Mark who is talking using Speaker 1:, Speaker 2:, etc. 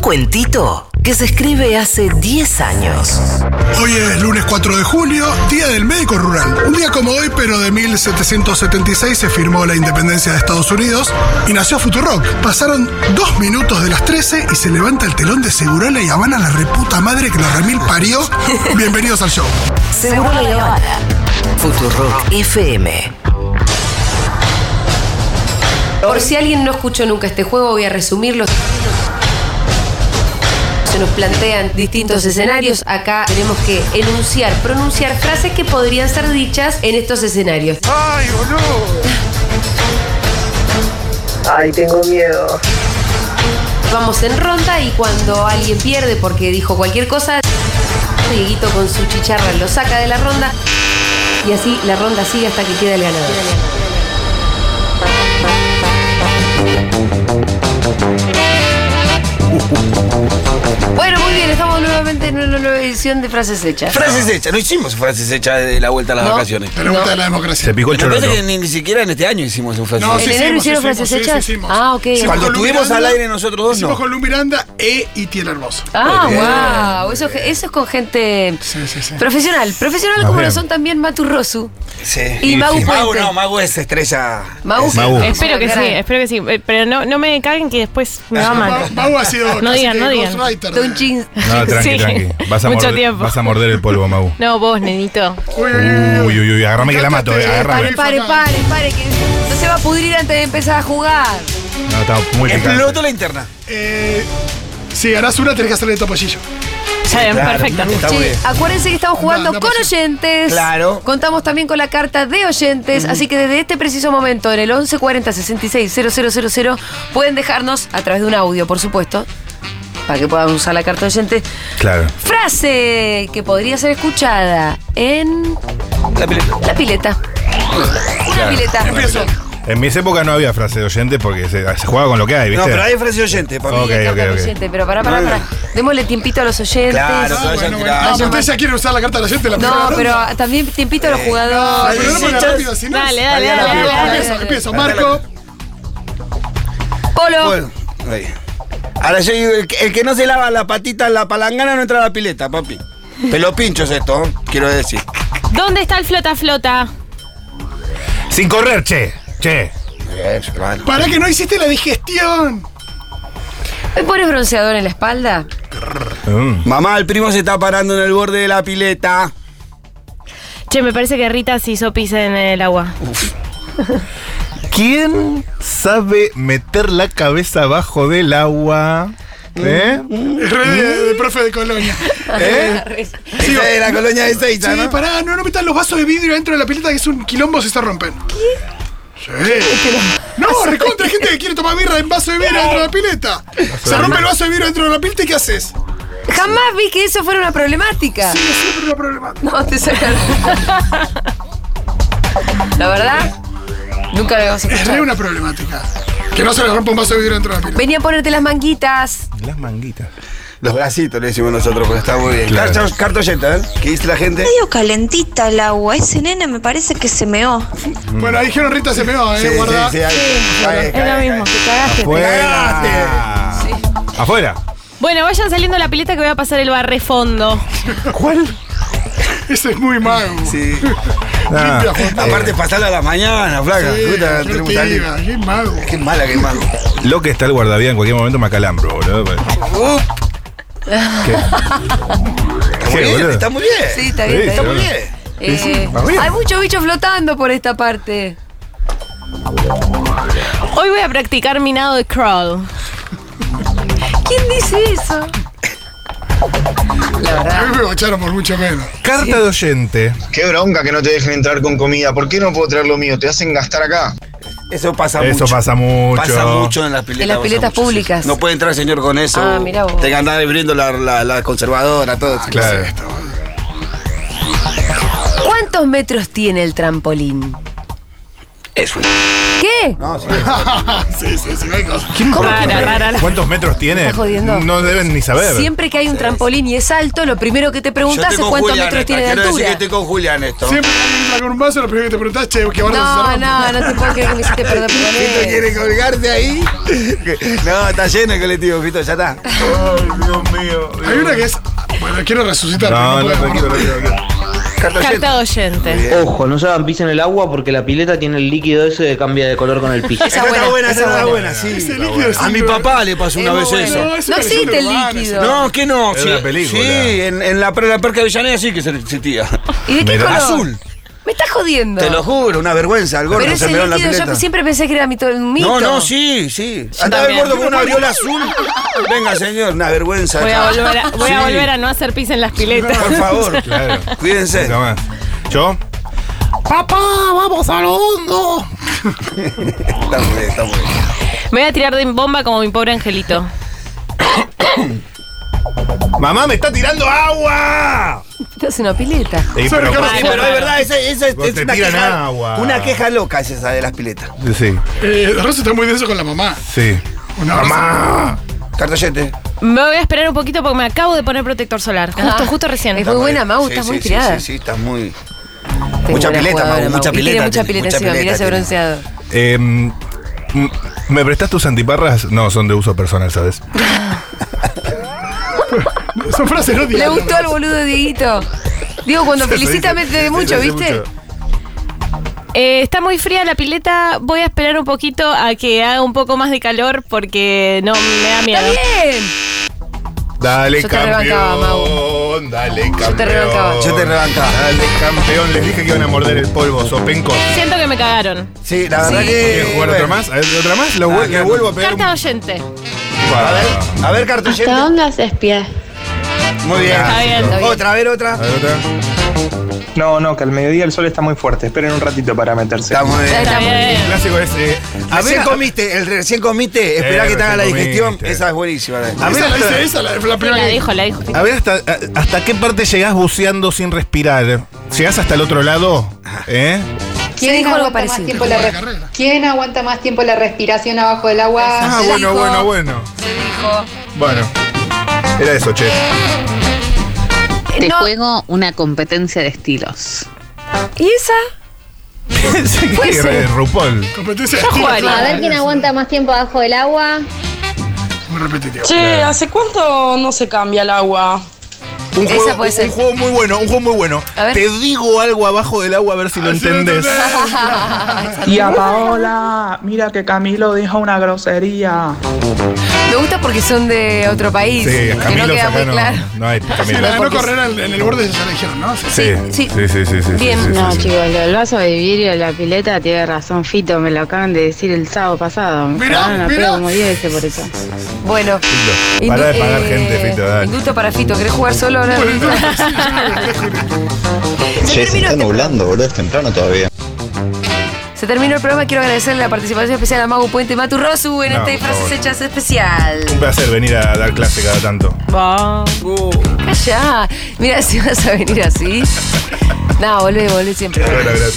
Speaker 1: cuentito que se escribe hace 10 años.
Speaker 2: Hoy es lunes 4 de julio, Día del Médico Rural. Un día como hoy, pero de 1776 se firmó la independencia de Estados Unidos y nació Futurock. Pasaron dos minutos de las 13 y se levanta el telón de Segurola y Habana, la reputa madre que la remil parió. Bienvenidos al show.
Speaker 1: Seguro la Habana. Futurock FM.
Speaker 3: Por si alguien no escuchó nunca este juego, voy a resumirlo. Se nos plantean distintos escenarios. Acá tenemos que enunciar, pronunciar frases que podrían ser dichas en estos escenarios.
Speaker 2: ¡Ay, boludo!
Speaker 4: Ay, tengo miedo.
Speaker 3: Vamos en ronda y cuando alguien pierde porque dijo cualquier cosa, Dieguito con su chicharra lo saca de la ronda y así la ronda sigue hasta que queda el ganador. Bueno, muy bien, estamos nuevamente en una nueva edición de Frases Hechas.
Speaker 5: Frases
Speaker 6: Ah.
Speaker 5: hechas, no hicimos frases hechas de la vuelta a las
Speaker 3: No.
Speaker 5: vacaciones.
Speaker 2: La vuelta de la democracia.
Speaker 6: Se picó el
Speaker 5: Me parece
Speaker 6: chorro.
Speaker 5: que ni, ni siquiera en este año hicimos un frases
Speaker 2: No,
Speaker 3: ¿En
Speaker 2: sí
Speaker 5: hechas.
Speaker 3: enero
Speaker 2: hicimos,
Speaker 3: hicieron
Speaker 2: hicimos,
Speaker 3: frases
Speaker 2: sí, sí
Speaker 3: hechas?
Speaker 2: hicimos.
Speaker 3: Ah, ok.
Speaker 2: Hicimos
Speaker 5: Cuando
Speaker 2: con Lu
Speaker 5: estuvimos
Speaker 2: Miranda,
Speaker 5: al aire nosotros dos,
Speaker 2: Hicimos
Speaker 5: no.
Speaker 2: con Lu Miranda e Iti el Hermoso.
Speaker 3: Ah, wow. Eso, eso es con gente
Speaker 2: Sí, sí, sí.
Speaker 3: profesional. Profesional
Speaker 6: Más
Speaker 3: como lo
Speaker 6: bien.
Speaker 3: son también Matu Rosu.
Speaker 5: Sí.
Speaker 3: Y Magu
Speaker 5: Magu
Speaker 3: Puente.
Speaker 5: no, Magu es estrella.
Speaker 3: Mau.
Speaker 5: Es-
Speaker 6: Magu.
Speaker 7: Espero que sí,
Speaker 3: Gran.
Speaker 7: espero que sí. Eh, Pero no, no me carguen que después me va mal.
Speaker 2: Mau- Mau ha sido
Speaker 7: No
Speaker 2: casi
Speaker 7: digan,
Speaker 2: que
Speaker 7: no digan.
Speaker 2: ghostwriter
Speaker 3: De
Speaker 2: de-
Speaker 3: un chin-
Speaker 6: No, tranqui,
Speaker 7: Sí.
Speaker 6: tranqui. Vas a,
Speaker 7: Mucho
Speaker 6: morder,
Speaker 7: tiempo.
Speaker 6: vas a morder el polvo, Mau.
Speaker 7: No, vos, nenito.
Speaker 2: Uy, uy,
Speaker 6: Uy, uy, uy, agarrame que la mato, eh, agarrame.
Speaker 3: Pare, pare, pare, pare, que no se va a pudrir antes de empezar a jugar.
Speaker 6: No, está muy picante.
Speaker 5: Explotó la interna.
Speaker 2: Eh, si ganás una, tenés que hacerle topollillo.
Speaker 7: Ya bien,
Speaker 5: Claro,
Speaker 7: perfecto.
Speaker 5: Está
Speaker 3: Che,
Speaker 5: muy bien.
Speaker 3: acuérdense que estamos jugando
Speaker 2: No, no
Speaker 3: con
Speaker 2: pasa.
Speaker 3: oyentes.
Speaker 5: Claro.
Speaker 3: Contamos también con la carta de oyentes. Así que desde este preciso momento, en el 1140 66 000, pueden dejarnos a través de un audio, por supuesto, para que puedan usar la carta de oyentes.
Speaker 6: Claro.
Speaker 3: Frase que podría ser escuchada en
Speaker 5: La pileta.
Speaker 3: la pileta. Una pileta.
Speaker 2: Empiezo.
Speaker 6: En mis épocas no había frase de oyente porque se, se jugaba con lo que hay,
Speaker 5: No,
Speaker 6: ¿viste?
Speaker 5: pero hay frase oyente, papi.
Speaker 6: Ok,
Speaker 3: La carta
Speaker 6: ok,
Speaker 3: de
Speaker 6: ok.
Speaker 3: oyente, pero pará, pará, pará. Démosle tiempito a los oyentes.
Speaker 5: Claro,
Speaker 2: Ah,
Speaker 5: que vayan
Speaker 2: bueno, bueno.
Speaker 5: tirando.
Speaker 2: Ah, pero ustedes ya quieren usar la carta de la gente. La
Speaker 3: No,
Speaker 2: primera
Speaker 3: pero
Speaker 2: ronda.
Speaker 3: también tiempito a los
Speaker 2: Ah,
Speaker 3: jugadores.
Speaker 2: pero no
Speaker 5: sí,
Speaker 2: pongan
Speaker 5: chas.
Speaker 2: rápido, si no es-
Speaker 7: Dale, dale,
Speaker 5: Dale,
Speaker 7: dale,
Speaker 5: rápido,
Speaker 7: dale, dale.
Speaker 2: Empiezo, empiezo.
Speaker 5: Dale,
Speaker 2: Marco.
Speaker 3: Polo.
Speaker 5: Bueno, ahí. Ahora yo digo, el que, el que no se lava la patita en la palangana no entra a la pileta, papi. Pelo pincho es esto, ¿eh? quiero decir.
Speaker 7: ¿Dónde está el flota flota?
Speaker 6: Sin correr, che. Che.
Speaker 5: Bien, hermano.
Speaker 2: Para que no hiciste la digestión.
Speaker 3: ¿Me pones bronceador en la espalda?
Speaker 6: Mm.
Speaker 5: Mamá, el primo se está parando en el borde de la pileta.
Speaker 7: Che, me parece que Rita se hizo pis en el agua.
Speaker 6: ¿Quién sabe meter la cabeza abajo del agua? ¿Eh?
Speaker 2: Es re de, de profe de colonia.
Speaker 6: ¿Eh?
Speaker 5: Esa es de la colonia de Seiza,
Speaker 2: Sí,
Speaker 5: ¿no?
Speaker 2: Eh, pará, no, no metan los vasos de vidrio dentro de la pileta que es un quilombo si se rompen. ¿Qué? Sí. No, recontra, hay gente que quiere tomar birra en vaso de vidrio dentro de la pileta. Se rompe el vaso de vidrio dentro de la pileta y ¿qué haces?
Speaker 3: Jamás vi que eso fuera una problemática.
Speaker 2: Sí, es siempre un problema.
Speaker 3: No, te sacan. la verdad, nunca lo vamos a
Speaker 2: Es re
Speaker 3: escuchar.
Speaker 2: una problemática. Que no se le rompa un vaso de vidrio dentro de la pileta.
Speaker 3: Venía a ponerte las manguitas.
Speaker 6: Las manguitas.
Speaker 5: Los bracitos le decimos nosotros, pero está muy bien.
Speaker 6: Claro.
Speaker 5: Carta, carta oyenta, ¿eh? ¿Qué dice la gente?
Speaker 8: medio calentita el agua. Ese nene me parece que se meó.
Speaker 2: Bueno, ahí dijeron Rita se meó, eh,
Speaker 5: Sí,
Speaker 2: guarda.
Speaker 5: sí, sí, ahí. Ahí,
Speaker 7: Es lo
Speaker 5: ahí,
Speaker 7: mismo.
Speaker 5: ahí.
Speaker 7: Te cagaste.
Speaker 6: ¡Afuera! ¡Afuera!
Speaker 7: Bueno, vayan saliendo a la pileta que voy a pasar el barre fondo.
Speaker 6: ¿Cuál?
Speaker 2: Ese es muy mago.
Speaker 5: Sí.
Speaker 6: Ah,
Speaker 2: Limpia, Fonda.
Speaker 5: Aparte, pasarla a la mañana, flaca.
Speaker 2: Sí,
Speaker 5: Puta,
Speaker 2: yo
Speaker 5: tenemos
Speaker 2: te
Speaker 5: salir.
Speaker 2: diga, qué mago.
Speaker 5: Qué mala, qué mala.
Speaker 6: Lo que está el guardavía en cualquier momento Macalambro, boludo. pues.
Speaker 5: Uh,
Speaker 6: ¿Qué?
Speaker 5: está muy bien,
Speaker 6: boludo?
Speaker 5: está muy bien.
Speaker 3: Sí, está bien,
Speaker 6: Sí,
Speaker 3: está
Speaker 5: Está
Speaker 3: bien.
Speaker 5: muy bien.
Speaker 3: Eh,
Speaker 6: va bien.
Speaker 3: hay muchos bichos flotando por esta parte.
Speaker 7: Hoy voy a practicar mi nado de crawl.
Speaker 3: ¿Quién dice eso? La
Speaker 2: A
Speaker 3: verdad.
Speaker 2: mí me bocharon por mucho menos.
Speaker 6: Carta de oyente.
Speaker 9: Qué bronca que no te dejen entrar con comida. ¿Por qué no puedo traer lo mío? Te hacen gastar acá.
Speaker 5: Eso pasa mucho.
Speaker 6: Eso pasa mucho.
Speaker 5: Pasa mucho en las piletas.
Speaker 3: En las
Speaker 5: pasa
Speaker 3: piletas
Speaker 5: mucho, sí.
Speaker 3: públicas.
Speaker 5: No puede entrar, señor, con eso.
Speaker 3: Ah, mirá vos.
Speaker 5: Te que andar abriendo la, la, la conservadora, todo. eso.
Speaker 6: Claro.
Speaker 3: ¿Cuántos metros tiene el trampolín?
Speaker 5: Es un.
Speaker 3: ¿Qué?
Speaker 5: No, sí.
Speaker 2: sí, sí, sí, no hay cosa.
Speaker 7: Rara, rara, rara.
Speaker 6: ¿Cuántos metros tiene?
Speaker 3: Está jodiendo.
Speaker 6: No deben ni saber.
Speaker 3: Siempre que hay un trampolín y es alto, lo primero que te
Speaker 5: Yo
Speaker 3: preguntas
Speaker 5: estoy
Speaker 3: es
Speaker 5: con
Speaker 3: cuántos
Speaker 5: Julián
Speaker 3: metros
Speaker 5: esta,
Speaker 3: tiene de
Speaker 5: Quiero decir
Speaker 3: altura.
Speaker 5: que estoy con Julián esto.
Speaker 2: Siempre que con un vaso, lo primero que te preguntás, che, que van a
Speaker 3: No,
Speaker 2: hacer
Speaker 3: no, no te puedo creer que me hiciste perder por
Speaker 5: Fito
Speaker 3: él.
Speaker 5: quiere colgarte ahí. No, está lleno el colectivo, Fito, ya está.
Speaker 6: Dios mío.
Speaker 2: Hay una que es. Bueno, quiero resucitar.
Speaker 6: No,
Speaker 2: pero
Speaker 6: no,
Speaker 2: puedo.
Speaker 6: tranquilo, tranquilo. tranquilo.
Speaker 5: Carta
Speaker 7: Carta oyente.
Speaker 10: Ojo, no se en el agua porque la pileta tiene el líquido ese que cambia de color con el piso.
Speaker 3: Esa buena, esa buena.
Speaker 5: sí.
Speaker 2: Ese líquido
Speaker 5: A
Speaker 2: sí,
Speaker 5: mi
Speaker 2: no-
Speaker 5: papá le pasó
Speaker 3: Es
Speaker 5: una
Speaker 3: muy
Speaker 5: vez
Speaker 3: bueno.
Speaker 5: eso.
Speaker 2: No, es una
Speaker 3: No existe
Speaker 2: leyenda
Speaker 3: el
Speaker 2: urbana,
Speaker 3: líquido.
Speaker 5: No, que no.
Speaker 6: Es
Speaker 5: sí,
Speaker 6: una película.
Speaker 5: Sí, en, en la, per- la perca de Avellaneda sí que se existía.
Speaker 3: ¿Y de qué
Speaker 6: Mira.
Speaker 3: color?
Speaker 5: Azul.
Speaker 3: Me estás jodiendo.
Speaker 5: Te lo juro, una vergüenza. El gordo
Speaker 3: Pero
Speaker 5: se
Speaker 3: ese
Speaker 5: miró en la
Speaker 3: líquido yo
Speaker 5: pileta.
Speaker 3: siempre pensé que era mito, un mito.
Speaker 5: No, no, sí, sí. Andaba el
Speaker 7: también.
Speaker 5: gordo con una viola azul. Venga, señor, una vergüenza.
Speaker 7: Voy a volver a, voy a,
Speaker 5: Sí.
Speaker 7: volver a no hacer pis en las piletas.
Speaker 5: Por favor,
Speaker 6: Claro.
Speaker 5: cuídense.
Speaker 6: Nunca más. ¿Yo? ¡Papá, vamos al hondo!
Speaker 5: Está muy bien, está muy bien.
Speaker 7: Me voy a tirar de bomba como mi pobre angelito.
Speaker 6: ¡Mamá, me está tirando agua!
Speaker 3: Estás en una pileta.
Speaker 6: Sí,
Speaker 2: Sobre
Speaker 6: pero-
Speaker 2: Carlos
Speaker 5: Sí, pero es verdad, esa, esa es,
Speaker 6: Vos
Speaker 5: es
Speaker 6: te
Speaker 5: una,
Speaker 6: tiran
Speaker 5: queja,
Speaker 6: agua.
Speaker 5: una queja loca es esa de las piletas.
Speaker 6: Sí,
Speaker 2: Eh, Ross está muy denso con la mamá.
Speaker 6: sí.
Speaker 2: Una
Speaker 6: ¡Mamá!
Speaker 5: Cartoyete.
Speaker 7: Me voy a esperar un poquito porque me acabo de poner protector solar. Justo,
Speaker 3: Ah.
Speaker 7: justo recién.
Speaker 3: Es muy buena, Mau, estás muy tirada.
Speaker 5: Sí, sí, sí, estás muy.
Speaker 3: Tengo
Speaker 5: Mucha
Speaker 3: buena
Speaker 5: pileta,
Speaker 3: jugadora,
Speaker 5: Mau, mucha
Speaker 3: Y tiene
Speaker 5: pileta
Speaker 3: mucha
Speaker 5: tiene,
Speaker 3: pileta
Speaker 5: mucha
Speaker 3: encima, mirá
Speaker 5: pileta
Speaker 3: ese
Speaker 5: tiene.
Speaker 3: bronceado.
Speaker 6: Em, m- ¿Me prestas tus antiparras? No, son de uso personal, ¿sabes?
Speaker 2: Son frases no
Speaker 3: Le
Speaker 2: diarias.
Speaker 3: gustó al boludo de Dieguito. Digo, cuando felicita me de mucho,
Speaker 6: Sí, sí,
Speaker 3: ¿viste?
Speaker 6: mucho.
Speaker 7: Eh, está muy fría la pileta. Voy a esperar un poquito a que haga un poco más de calor porque no me da
Speaker 3: ¡Está
Speaker 7: miedo.
Speaker 3: bien!
Speaker 6: Dale,
Speaker 3: Yo te levantaba,
Speaker 6: campeón. Dale, campeón.
Speaker 3: te levantaba.
Speaker 6: Oh.
Speaker 5: Yo te levantaba.
Speaker 6: Dale, campeón. Les dije que iban a morder el polvo, sopencos.
Speaker 7: Siento que me cagaron.
Speaker 5: Sí, la verdad que.
Speaker 6: ¿Quieres jugar
Speaker 5: bueno.
Speaker 6: otra más? A ver, ¿Otra más? Lo
Speaker 5: Ah,
Speaker 6: vuel- Le
Speaker 5: claro.
Speaker 6: vuelvo a pegar
Speaker 7: Carta oyente.
Speaker 5: A ver, a ver, Cartoyete.
Speaker 11: ¿Hasta dónde haces pie?
Speaker 5: Muy bien.
Speaker 6: Está
Speaker 7: bien, está bien.
Speaker 5: Otra, a ver, otra.
Speaker 6: A ver, otra.
Speaker 10: No, no, que al mediodía el sol está muy fuerte. Esperen un ratito para meterse.
Speaker 5: Está muy bien.
Speaker 3: Está
Speaker 7: Está
Speaker 3: muy
Speaker 7: bien.
Speaker 6: El clásico es. eh, a
Speaker 5: Recién
Speaker 6: ver,
Speaker 5: comiste, el recién comiste, esperá
Speaker 6: Eh,
Speaker 5: que te haga la
Speaker 6: recién
Speaker 5: digestión.
Speaker 6: comiste.
Speaker 5: Esa es buenísima.
Speaker 6: A ver,
Speaker 2: Esa la
Speaker 6: hasta-
Speaker 2: hice, esa la, la primera.
Speaker 7: La
Speaker 2: que-
Speaker 7: dijo, la dijo.
Speaker 6: a ver hasta, a- hasta qué parte llegás buceando sin respirar. ¿Llegás hasta el otro lado? ¿Eh?
Speaker 3: ¿Quién dijo algo
Speaker 11: aguanta más
Speaker 3: parecido?
Speaker 11: tiempo la
Speaker 2: Como la
Speaker 11: res-
Speaker 2: carrera.
Speaker 11: ¿Quién aguanta más tiempo la respiración abajo del agua?
Speaker 6: Ah,
Speaker 3: Se
Speaker 6: bueno,
Speaker 3: dijo.
Speaker 6: bueno, bueno.
Speaker 3: Se dijo.
Speaker 6: Bueno. Era eso, che.
Speaker 3: Eh, no,
Speaker 11: juego una competencia de estilos.
Speaker 3: ¿Y esa? Puede ser.
Speaker 6: Re- RuPaul.
Speaker 2: Competencia.
Speaker 7: jugaría.
Speaker 11: A ver quién aguanta más tiempo abajo del agua.
Speaker 2: Muy repetitivo.
Speaker 11: Che, ¿hace cuánto no se cambia el agua?
Speaker 6: Un
Speaker 3: Esa
Speaker 6: juego,
Speaker 3: puede
Speaker 6: un
Speaker 3: ser.
Speaker 6: juego muy bueno, un juego muy bueno.
Speaker 3: A ver. Ah,
Speaker 6: Te digo algo abajo del agua a ver si lo
Speaker 2: Así lo
Speaker 6: entendés.
Speaker 2: entendés.
Speaker 10: Y a Paola, mira que Camilo dijo una grosería.
Speaker 3: Me gusta porque son de otro país.
Speaker 6: Sí,
Speaker 3: que no
Speaker 6: Camilo
Speaker 3: queda muy
Speaker 6: acá no,
Speaker 3: claro.
Speaker 6: no hay Camilo.
Speaker 2: Para no
Speaker 3: porque-
Speaker 2: correr al- en el borde de esa legión, ¿no? Sí.
Speaker 3: Sí,
Speaker 6: Sí,
Speaker 3: sí.
Speaker 6: sí, sí, sí, sí, sí,
Speaker 3: Bien.
Speaker 6: sí, sí,
Speaker 11: No,
Speaker 6: sí.
Speaker 11: chicos, lo del vaso de vidrio en la pileta tiene razón Fito, me lo acaban de decir el sábado pasado. Me
Speaker 2: Mirá,
Speaker 11: cagaron a
Speaker 2: mirá.
Speaker 11: pedo como 10 veces por eso.
Speaker 3: Bueno.
Speaker 6: Fito, pará de
Speaker 3: Eh,
Speaker 6: pagar gente, Fito, dale.
Speaker 3: Induto para Fito, ¿querés jugar solo ahora?
Speaker 2: Bueno, entonces, sí, sí, sí.
Speaker 9: Che, se este está nublando, boludo, es temprano todavía.
Speaker 3: Se terminó el programa, quiero agradecerle la participación especial a Mago Puente y Matu Rosu en
Speaker 6: No,
Speaker 3: este
Speaker 6: por
Speaker 3: Frases
Speaker 6: favor.
Speaker 3: Hechas Especial.
Speaker 6: Un placer venir a dar clase cada tanto.
Speaker 7: Wow.
Speaker 3: Calla, mira si vas a venir así. No, volvé, volvé siempre.
Speaker 6: Bueno, gracias.